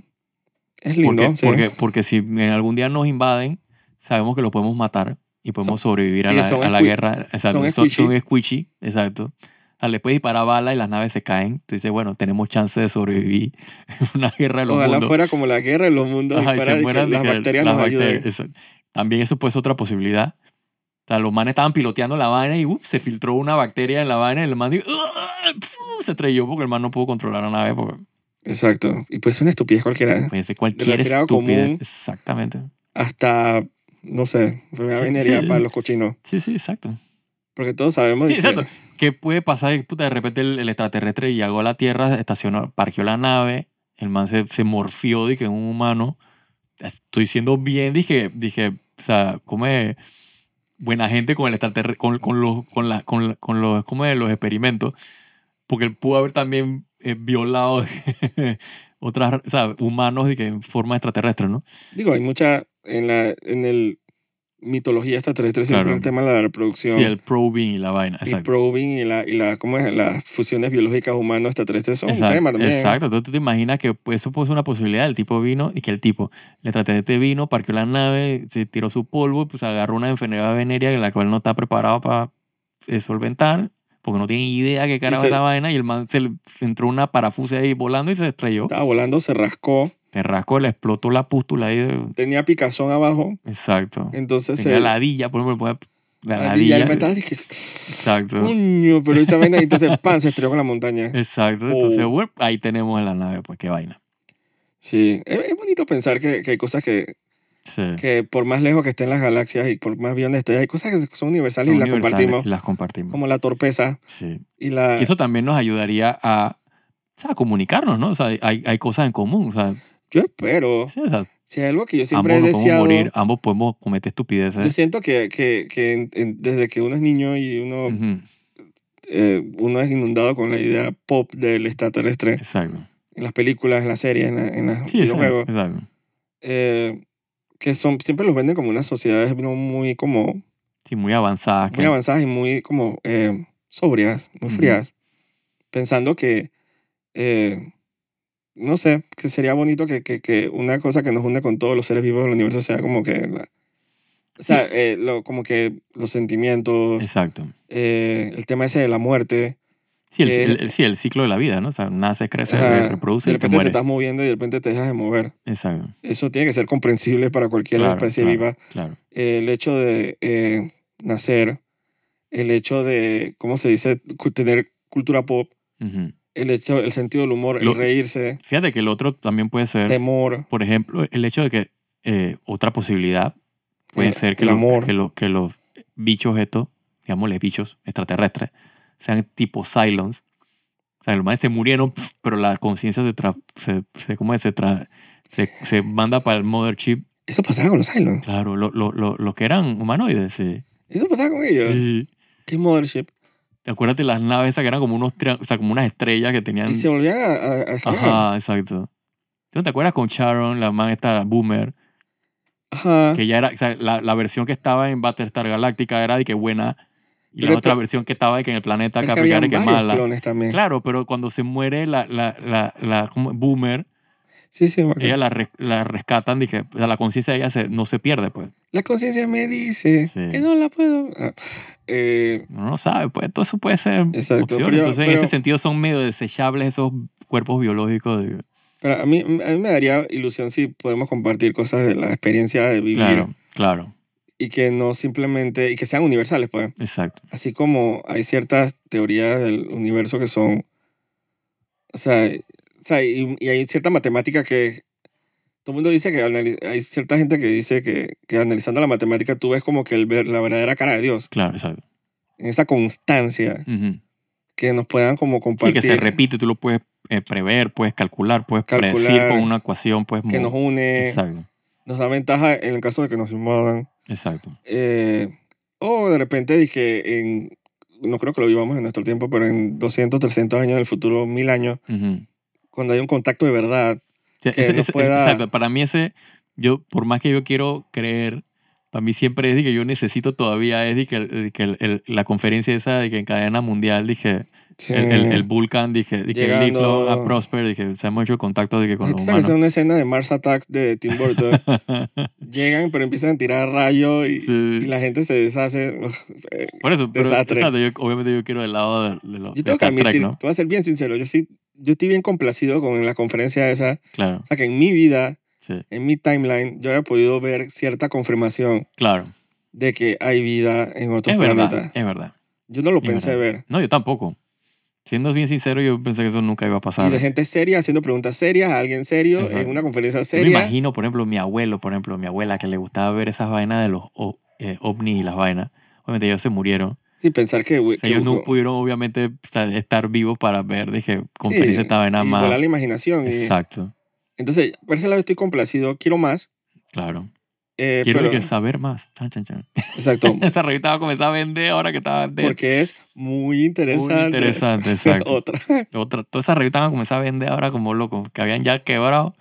es
Porque,
lindo. sí.
porque, porque si en algún día nos invaden, sabemos que lo podemos matar y podemos sobrevivir a
sí,
la,
son
a la
squid-
guerra. Exacto.
son
Son, son,
squishy.
squishy, exacto. O sea, le puedes disparar balas y las naves se caen. Tú dices, bueno, tenemos chance de sobrevivir en una guerra de los
Ojalá
mundos.
fuera como la guerra de los mundos
Ajá,
y
y se
fuera de que
mueran de
las
que
bacterias
las
nos ayuden.
bacterias, exacto. También eso puede ser otra posibilidad. O sea, los manes estaban piloteando la vaina y ¡up! se filtró una bacteria en la vaina y el man dijo, "Ah", ¡pfu! se estrelló porque el man no pudo controlar la nave porque
Exacto. Y pues es una estupidez cualquiera. ¿eh?
puede ser cualquier
resfriado
estupidez.
común.
Exactamente.
hasta, no sé, enfermedad
Sí,
venérea
sí.
para los cochinos.
Sí, sí, exacto.
Porque todos sabemos
Sí,
de que-
exacto. ¿Qué puede pasar? Puta, de repente el, el extraterrestre llegó a la Tierra, estacionó, parqueó la nave, el man se, se morfió, dije, en un humano. Estoy siendo bien, dije, dije, o sea, ¿cómo es? Buena gente con el extraterrestre, con, con los, con la, con, la- con los, ¿cómo es? Los experimentos. Porque él pudo haber también eh, violado otras, o sea, humanos, dije, en forma extraterrestre, ¿no?
digo, hay mucha en la en el mitología extraterrestre siempre
Claro.
el tema de la
Sí,
reproducción
el probing y la vaina,
y
exacto.
probing y la y la cómo es las fusiones biológicas humanos extraterrestres son
Exacto,
un tema también.
exacto. Entonces tú te imaginas que pues, eso puede ser una posibilidad. El tipo vino y que el tipo, le traté de este vino, parqueó la nave, se tiró su polvo, pues agarró una enfermedad venérea en la cual no está preparado para eh, solventar, porque no tiene idea qué carajo
se-
es la vaina, y el man se le se entró una parafusia ahí volando y se estrelló.
Estaba volando, se rascó,
Se rascó, le explotó la pústula ahí. de-
tenía picazón abajo,
Exacto.
entonces
Tenía
se
ladilla, por ejemplo, puede- la
la ladilla,
ladilla.
el metal, dije,
Exacto.
coño, pero esta vaina, entonces pan se estrelló con la montaña.
Exacto.
Oh.
Entonces, bueno, ahí tenemos la nave, pues qué vaina.
Sí, es, es bonito pensar que, que hay cosas que,
Sí.
que por más lejos que estén las galaxias y por más billones de estrellas, hay cosas que son universales
Son
y las
universales,
compartimos,
Las compartimos.
como la torpeza
Sí.
y la...
Que eso también nos ayudaría a, o sea, a comunicarnos, ¿no? O sea, hay, hay cosas en común. O sea,
Yo espero,
sí, o sea,
si hay algo que yo siempre
ambos
he
nos podemos
deseado,
morir, ambos podemos cometer
yo
estupideces.
siento que, que, que en- en- desde que uno es niño y uno,
Ujú,
eh, uno es inundado con la idea pop del extraterrestre,
Exacto.
en las películas, en las series, en, la- en los
Sí, exacto.
videojuegos,
exacto.
eh, que son, siempre los venden como unas sociedades no muy como
Sí, muy avanzadas.
muy
que-
avanzadas y muy como eh, sobrias, muy
Ujú.
frías, pensando que, eh, no sé, que sería bonito que, que, que una cosa que nos une con todos los seres vivos del universo sea como que, la- o sea, eh, lo, como que los sentimientos,
Exacto.
eh, el tema ese de la muerte,
Sí el,
Que-
el- el- sí, el ciclo de la vida, ¿no? O sea, naces, creces,
Eh, Ajá.
re- reproduces
de
y te
repente te
mueres.
estás moviendo y de repente te dejas de mover.
Exacto.
Eso tiene que ser comprensible para cualquier
Claro,
especie
claro,
viva.
Claro.
el hecho de eh, nacer, el hecho de, ¿cómo se dice?, Cu- tener cultura pop,
Ujú.
el hecho, el sentido del humor,
Lo-
el reírse,
Fíjate que el otro también puede ser,
temor,
por ejemplo, el hecho de que eh, otra posibilidad puede
el,
ser que,
el
los-
amor.
que los- que los bichos estos, digamos, los bichos extraterrestres, sean tipo Cylons. O sea, los manes se murieron, pf, pero la conciencia se, tra- se, se- ¿cómo es? se, tra- se, se manda para el mother chip
Eso pasaba con los Cylons.
Claro, los lo, lo, lo que eran humanoides, sí.
Eso pasaba con ellos.
Sí.
Qué mothership.
¿Te acuerdas de las naves esas que eran como, unos, tria- o sea, como unas estrellas que tenían...
Y se volvían a, a, a escapar.
Ajá, exacto. ¿Tú no te acuerdas con Sharon, la man esta boomer?
Ajá.
Que ya era, o sea, la, la versión que estaba en Battlestar Galactica era de que buena. Y
Pero-
la otra
pero-
versión que estaba de que en el planeta
Pero es que habían
Capricorn era que
varios
mala.
clones también.
Claro, pero cuando se muere la, la, la, la ¿cómo? boomer,
Sí, sí, me acuerdo.
ella la, res- la rescatan, dije, o sea, la conciencia de ella se, no se pierde, pues.
La conciencia me dice
Sí.
que no la puedo. Ah, eh,
Uno no sabe, pues todo eso puede ser
Exacto,
opción.
pero-
Entonces, en
pero-
ese sentido, son medio desechables esos cuerpos biológicos. de-
pero a mí, a mí me daría ilusión si podemos compartir cosas de la experiencia de vivir
Claro, claro,
y que no simplemente, y que sean universales, pues.
exacto.
Así como hay ciertas teorías del universo que son, o sea, o sea, y, y hay cierta matemática que todo el mundo dice que anali- hay cierta gente que dice que, que analizando la matemática tú ves como que el ver- la verdadera cara de Dios,
Claro, exacto.
en esa constancia
Ujú.
que nos puedan como
Sí,
compartir,
que se repite, tú lo puedes eh, prever, puedes calcular, puedes
Calcular,
predecir con una ecuación, puedes...
que
mo-
nos une,
Exacto,
nos da ventaja en el caso de que nos invadan.
exacto.
Eh, o de repente dije, en, no creo que lo vivamos en nuestro tiempo, pero en 200, 300 años, en el futuro, 1000 años,
Ujú.
cuando hay un contacto de verdad,
O sea,
que
ese-
no
ese-
pueda-
Exacto, para mí ese, yo, por más que yo quiero creer, para mí siempre es de que yo necesito todavía, es de que, el- de que el- el- la conferencia esa de que en cadena mundial, dije,
Sí.
el, el, el Vulcan, dije, dije el
Llegando-
Leaflow a Prosper, dije, se hemos hecho contacto dije, con
Ay,
los
¿tú sabes
humanos.
una escena de Mars Attacks de Tim Burton? Llegan, pero empiezan a tirar rayos y,
Sí.
y la gente se deshace. Eh,
Por eso, pero,
Desastre.
exacto, yo- obviamente yo quiero del lado de, de los
Yo
de
tengo que
Star Trek,
admitir,
¿no?
te voy a ser bien sincero, yo sí, yo estoy bien complacido con la conferencia esa.
Claro,
O sea, que en mi vida,
sí,
en mi timeline, yo había podido ver cierta confirmación
claro.
de que hay vida en otros
Es verdad,
planetas.
es verdad.
Yo no lo
es
pensé
verdad.
ver.
No, yo tampoco. Siendo bien sincero, yo pensé que eso nunca iba a
Y
pasar.
de gente seria haciendo preguntas serias a alguien serio en
Exacto.
una conferencia
Yo me
seria.
imagino, por ejemplo, mi abuelo, por ejemplo, mi abuela que le gustaba ver esas vainas de los o- eh, ovnis y las vainas. Obviamente ellos se murieron.
sin pensar que,
O sea, ellos no pudieron, obviamente, o sea, estar vivos para ver, dije, conferencia esta vaina
y volar
más.
la imaginación. y-
Exacto,
entonces, por ese lado estoy complacido, quiero más.
claro.
eh,
Quiero
pero-
que saber más. Chan, chan, chan.
Exacto.
Esa revista va a comenzar a vender ahora que está de-
Porque es muy interesante.
Muy interesante, exacto.
Otra.
Otra, todas esas revistas van a comenzar a vender ahora como locos, que habían ya quebrado.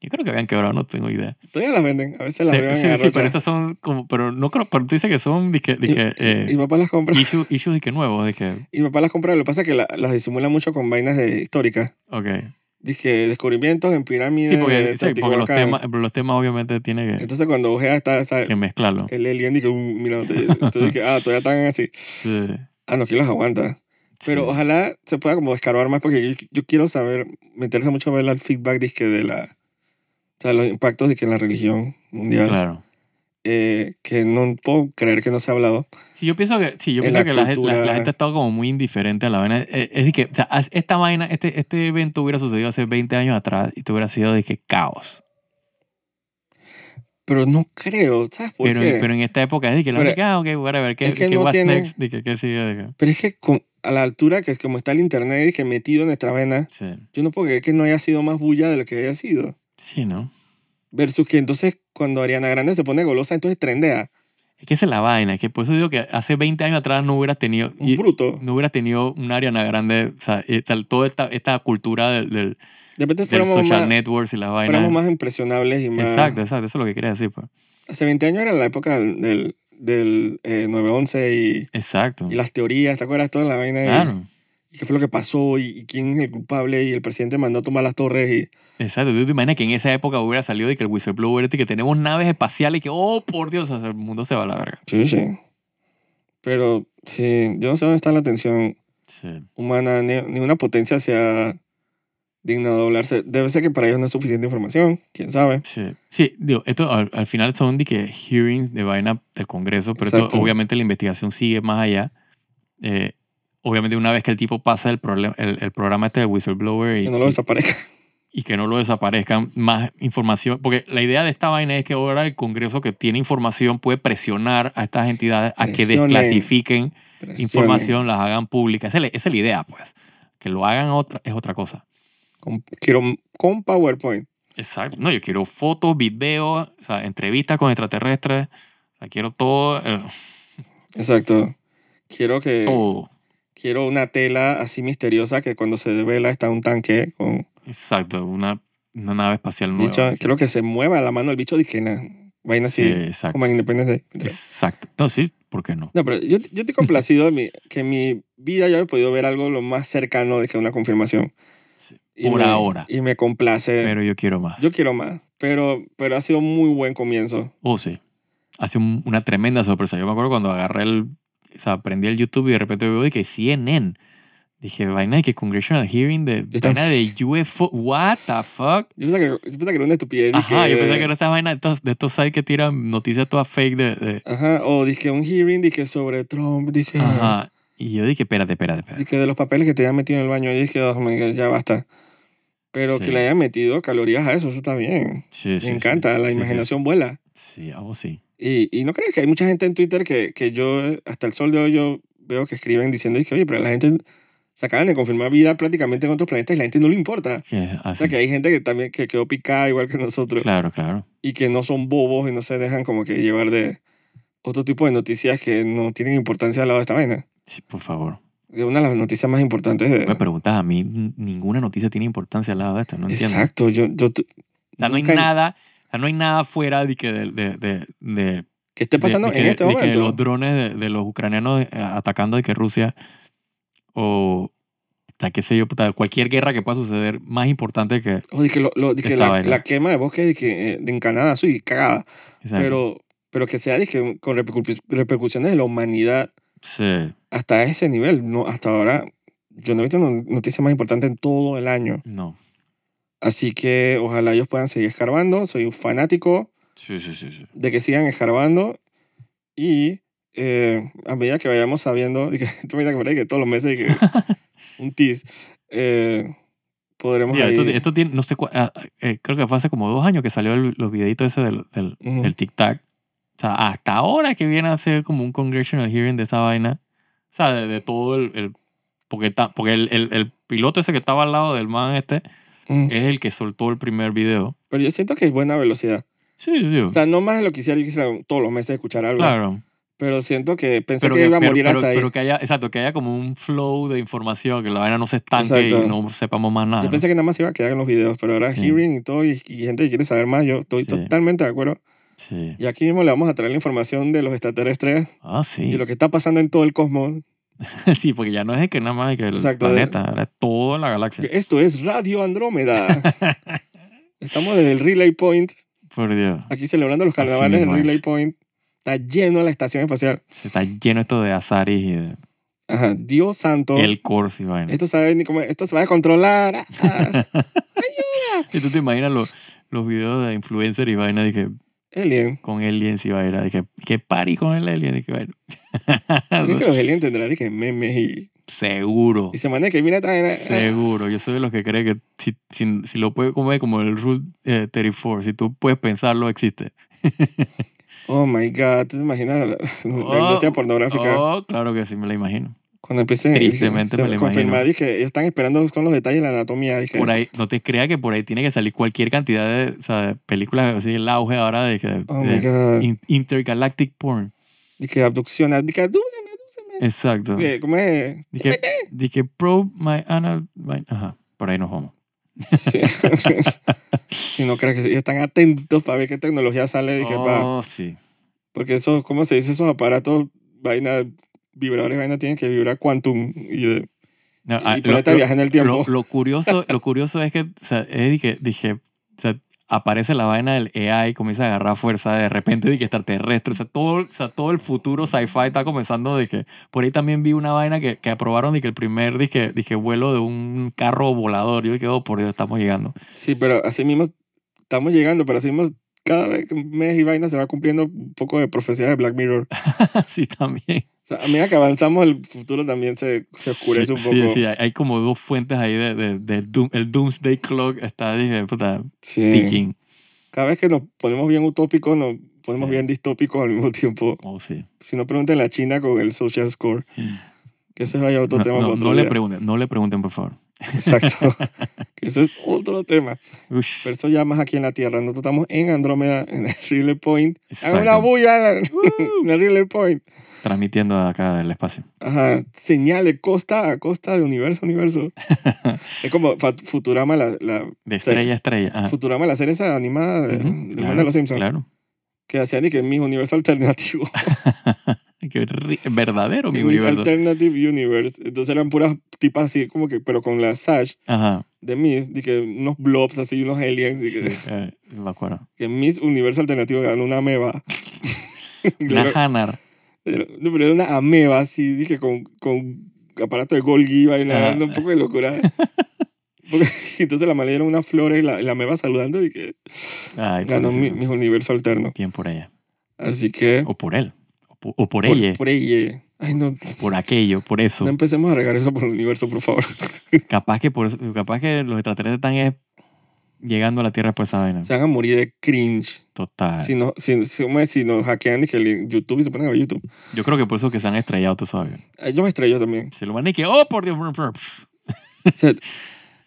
Yo creo que habían quebrado, no tengo idea.
Todavía las venden. A veces las
Sí,
venden
sí,
en
sí, pero
Arrocha.
estas son como, pero no creo, pero tú dices que son, dije, dije, eh,
Y mi papá las compra.
Issue- issues de que nuevos, de que,
Y mi papá las compra. Lo que pasa es que la- las disimula mucho con vainas de históricas.
ok.
Dije, descubrimientos en pirámides.
Sí, porque,
de
sí, porque los,
Teotihuacán.
temas, eh, los temas obviamente tiene que,
eh, Entonces cuando ojea está, está
que mezclarlo.
el alien y que, uh, mira, te- entonces dije, ah, todavía están así.
Sí,
Ah, no, que los aguanta. Pero
sí.
ojalá se pueda como escarbar más porque yo, yo quiero saber, me interesa mucho ver el feedback dizque, de la, o sea, los impactos de que en la religión mundial,
Claro.
eh, que no puedo creer que no se ha hablado.
Sí, yo pienso que, sí, yo
En
pienso
la
que la, gen- la- la
cultura-
gente ha estado como muy indiferente a la vaina. Eh, Es de que, o sea, as- esta vaina, este, este evento hubiera sucedido hace 20 años atrás y te hubiera sido de que caos.
Pero no creo, ¿sabes por
Pero,
qué?
pero en esta época es de que la
Pero-
gente que, ah, ok, whatever, ¿qué,
es que
qué
no
what's
tiene-
next? De que, ¿qué sigue? De que-
Pero es que con- a la altura que como está el internet dije, metido en nuestra vena,
sí.
yo no puedo creer que no haya sido más bulla de lo que haya sido.
sí, ¿no?
Versus que entonces cuando Ariana Grande se pone golosa, entonces trendea.
Es que esa es la vaina, es que por eso digo que hace 20 años atrás no hubieras tenido...
Un
y-
bruto.
no hubieras tenido una Ariana Grande, o sea, eh, o sea, toda esta, esta cultura del, del,
De repente
del
fuéramos
social
más,
networks y las vainas.
fuéramos más impresionables y más...
exacto, exacto, eso es lo que quería decir. pues.
Hace 20 años era la época del, del, del, eh, 9-11 y,
Exacto.
y las teorías, ¿te acuerdas? Toda la vaina y-
Claro,
y, qué fue lo que pasó y, y quién es el culpable y el presidente mandó a tomar las torres y...
exacto. ¿Tú te imaginas que en esa época hubiera salido de que el whistleblower este que tenemos naves espaciales y que, oh, por Dios, o sea, el mundo se va a la verga?
Sí, sí. Pero sí, yo no sé dónde está la atención
Sí.
humana, ni, ni una potencia sea digna de doblarse. Debe ser que para ellos no es suficiente información, quién sabe.
Sí, sí digo, esto al, al final son de que hearings de vaina del Congreso, pero esto,
Exacto.
obviamente la investigación sigue más allá. Eh, obviamente una vez que el tipo pasa el, problema, el, el programa este de whistleblower y,
Que no lo
y-
desaparezca.
y que no lo desaparezcan más información, porque la idea de esta vaina es que ahora el Congreso que tiene información puede presionar a estas entidades a que
Presionen.
desclasifiquen
Presione.
información, las hagan pública. Esa es la- esa es la idea, pues. Que lo hagan otra, es otra cosa.
Con- quiero con PowerPoint.
Exacto. No, yo quiero fotos, videos, o sea, entrevistas con extraterrestres. O sea, quiero todo, eh,
Exacto. Quiero que...
todo.
Quiero una tela así misteriosa que cuando se devela está un tanque con...
Exacto. Una, una nave espacial nueva.
Bicho, quiero que se mueva la mano del bicho de que na- Vaina
Sí,
así,
exacto.
como en Independence Day.
Exacto. No, sí, ¿por qué no?
No, pero yo, yo estoy complacido de mi- que en mi vida yo he podido ver algo lo más cercano de que una confirmación.
Sí,
Y
por
me-
ahora.
Y me complace.
Pero yo quiero más.
yo quiero más, pero, pero ha sido un muy buen comienzo.
Oh, sí. Hace un- una tremenda sorpresa. Yo me acuerdo cuando agarré el. O sea, prendí el YouTube y de repente veo de que CNN. Dije, vaina de que Congressional Hearing de
Yo tam-
vaina de UFO. What the fuck?
Yo pensaba que, yo pensaba que era una estupidez.
Ajá,
dizque-
yo pensé que era esta vaina de estos, de estos sites que tiran noticias todas fake de. de-
Ajá, o dije un hearing, dije sobre Trump, dije,
Ajá. Y yo dije, espérate, espérate, espérate.
dije de los papeles que te habían metido en el baño. Y dije, oh my God, ya basta. Pero
Sí.
que le hayan metido calorías a eso, eso está bien.
Sí, sí,
Me
sí.
encanta, la
Sí, sí,
imaginación vuela.
Sí, sí, algo sí.
Y, y no crees que hay mucha gente en Twitter que, que yo, eh, hasta el sol de hoy, yo veo que escriben diciendo, dije, oye, pero la gente se acaban de confirmar vida prácticamente en otros planetas y la gente no le importa.
Que
O
así.
sea, que hay gente que también que quedó picada igual que nosotros
Claro, claro.
y que no son bobos y no se dejan como que llevar de otro tipo de noticias que no tienen importancia al lado de esta vaina.
Sí, por favor.
Es una de las noticias más importantes de...
Me preguntas a mí, n- ninguna noticia tiene importancia al lado de esto, no entiendo.
Exacto, yo... yo t-
O sea, no hay
nunca-
nada, o sea, no hay nada fuera de que de, de, de, de-
que esté pasando
de- de
en
que-
este
de que
momento?
los drones de, de los ucranianos eh, atacando de que Rusia o puta, qué sé yo, puta, cualquier guerra que pueda suceder más importante que
O dije, lo, lo- dije
Esta
la,
vaina.
la quema de bosques dije, eh, de en Canadá, soy cagada.
esa-
Pero, pero que sea dije, con repercu- repercusiones de la humanidad
sí,
hasta ese nivel. No, hasta ahora yo no he visto no- noticia más importante en todo el año.
no.
Así que ojalá ellos puedan seguir escarbando. Soy un fanático
Sí, sí, sí, sí.
de que sigan escarbando. Y eh, a medida que vayamos sabiendo, y que, tú me das cuenta que todos los meses y que, un tease, eh, podremos...
Mira,
ahí-
esto, esto tiene, no sé, cua- ah, ah, eh, creo que fue hace como dos años que salió el, los videitos ese del, del,
Ujú.
del Tic Tac. O sea, hasta ahora que viene a ser como un congressional hearing de esa vaina. O sea, de, de todo el... el- porque ta- porque el, el- el piloto ese que estaba al lado del man este
Mm.
es el que soltó el primer video.
Pero yo siento que es buena velocidad.
Sí, sí, sí.
O sea, no más de lo que quisiera, yo quisiera todos los meses escuchar algo.
claro.
Pero siento que pensé
Pero,
que
que,
iba a
pero,
morir
pero-
hasta ahí.
pero que haya, exacto, que haya como un flow de información, que la vaina no se estanque
Exacto.
y no sepamos más nada.
Yo
¿no?
pensé que nada más se iba a quedar en los videos, pero ahora
Sí.
hearing y todo, y, y gente que quiere saber más, yo estoy
Sí.
totalmente de acuerdo.
Sí.
Y aquí mismo le vamos a traer la información de los extraterrestres
Ah, sí.
y lo que está pasando en todo el cosmos.
Sí, porque ya no es de que nada más de que el
Exacto, de-
planeta, ahora es toda la galaxia.
Esto es Radio Andrómeda. Estamos desde el Relay Point,
Por Dios.
aquí celebrando los
Así
carnavales del
mismo es.
Relay Point. Está lleno la estación espacial.
Se está lleno esto de azaris y de
Ajá, Dios santo.
el corso y vaina.
Esto, sabe ni cómo- esto se va a controlar. Ah, ah.
Y tú te imaginas los, los videos de influencer y vaina de que
Alien.
con aliens y vaina, de que, que party con el alien y que vaina.
Creo que los aliens tendrán dije, memes y,
Seguro.
y se manda que mira esta vaina. Ah.
Seguro. Yo soy de los que cree que si, si, si lo puedes comer como el Rule eh, 34, si tú puedes pensarlo, existe.
Oh my god, ¿te imaginas la, la- la
Oh,
industria pornográfica?
Oh, claro que sí, me la imagino.
Cuando empiecen
tristemente
se-
me lo
confirmar,
imagino.
dije, ellos están esperando son los detalles de la anatomía. Dije,
Por ahí, no te creas que por ahí tiene que salir cualquier cantidad de, o sea, de películas, así el auge ahora de, que
oh
de
my god,
in- intergalactic porn.
dije, abducción, dije, adúceme, adúceme.
Exacto.
Dije, ¿Cómo es?
Dije, dije, probe my anal. my-" Ajá, por ahí nos vamos.
Sí. si no crees que ellos están atentos para ver qué tecnología sale, dije, va.
oh, sí.
Porque esos, ¿cómo se dice? Esos aparatos, vaina, vibradores, vaina, tienen que vibrar quantum y, de,
No,
y
ah, lo,
ponerte a
lo-
viajar en el tiempo.
lo- lo curioso, lo curioso es que, o sea, es de que dije, o sea, aparece la vaina del AI, comienza a agarrar fuerza de repente de que extraterrestre. O sea, todo, o sea, todo el futuro sci-fi está comenzando de que. Por ahí también vi una vaina que, que aprobaron de que el primer dije, dije, vuelo de un carro volador. Yo dije, oh, por Dios, estamos llegando.
Sí, pero así mismo estamos llegando, pero así mismo cada vez que mes y vaina se va cumpliendo un poco de profecía de Black Mirror. O
sí, también.
sea, a medida que avanzamos, el futuro también se, se oscurece
sí,
un poco. Sí,
Sí, sí, hay, hay como dos fuentes ahí de, de, de doom- el Doomsday Clock está, dije, puta, ticking.
Cada vez que nos ponemos bien utópicos, nos ponemos
Sí.
bien distópicos al mismo tiempo.
Oh, sí.
Si no, pregunten a China con el social score. Que ese vaya otro
No,
tema
no,
para otro
no le
día.
pregunten, no le pregunten, por favor.
Exacto. que Eso es otro tema.
Ush.
Pero eso ya más aquí en la Tierra. Nosotros estamos en Andrómeda, en el Relay Point. Hagan
Exacto.
una bulla en el Relay Point.
Transmitiendo acá del espacio.
Ajá, señale costa a costa de universo a universo. es como Fa- Futurama, la, la-
De
Sí.
estrella a estrella. Ah,
Futurama, la serie esa animada de,
ujú,
del man
claro,
de los Simpsons.
Claro.
Que hacían y que mis universo alternativo.
Qué ri- verdadero mi
mis
universo.
alternative universe. Entonces eran puras tipas así, como que, pero con la Sash
Ajá.
de Miss, de que unos blobs así, unos aliens, de
Sí,
que,
eh, me acuerdo.
que Miss Universo Alternativo ganó una ameba.
Una
Claro,
Hanar.
Pero no, pero era una ameba así, dije, con, con aparato de Golgi,
Ah.
bailando, un poco de locura. Porque- entonces la mala era una flor y la, la ameba saludando y que
Ay,
ganó mi,
pobrecito.
mi universo alterno.
Bien por ella.
Así que,
O por él. O po- o por,
por,
ella.
por ella. Ay, no,
por aquello, por eso.
no empecemos a regar eso por el universo, por favor.
Capaz que por eso- capaz que los extraterrestres están es llegando a la Tierra después de esa vaina.
Se van a morir de cringe.
Total.
Si, no, si, si, hombre, si nos hackean y que el YouTube y se ponen a ver YouTube.
Yo creo que por eso que se han estrellado todos esos aviones.
Ay, Yo me estrello también.
Se lo van a que, oh, por Dios, brr, brr, pf,
O sea,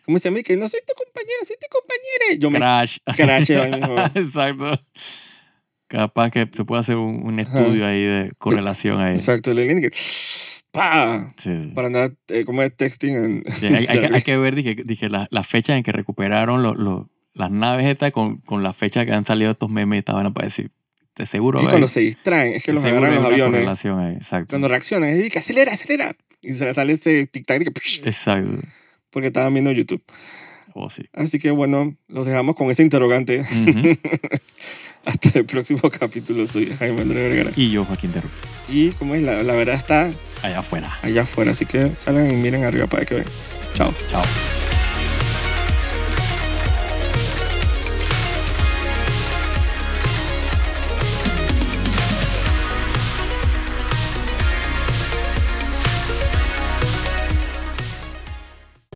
como dice a mí que no soy tu compañera, soy tu compañera. Yo me
crash.
crasheo ahí mismo.
Exacto. Capaz que se puede hacer un, un estudio ahí de correlación ahí.
Exacto, el alien que. ¡Pa!
Sí.
Para nada, eh, como es texting en.
Sí, hay, hay que, hay que ver, dije, dije la, la fecha en que recuperaron lo- lo- las naves estas con, con la fecha que han salido estos memes estaban para decir. Te seguro,
y
ve,
cuando se distraen, es que
de
los
seguro
agarran
hay
los
una
aviones.
correlación ahí, Exacto.
Cuando reaccionan, es que acelera, acelera. Y se le sale ese tic-tac de que,
Exacto.
porque estaban viendo YouTube.
Oh, sí.
Así que bueno, los dejamos con ese interrogante.
Ujú.
Hasta el próximo capítulo. Soy Jaime Andrés Vergara.
Y yo, Joaquín de Rux,
Y como es, la, la verdad está
allá afuera.
allá afuera. Así que salgan y miren arriba para que vean. Chao.
Chao.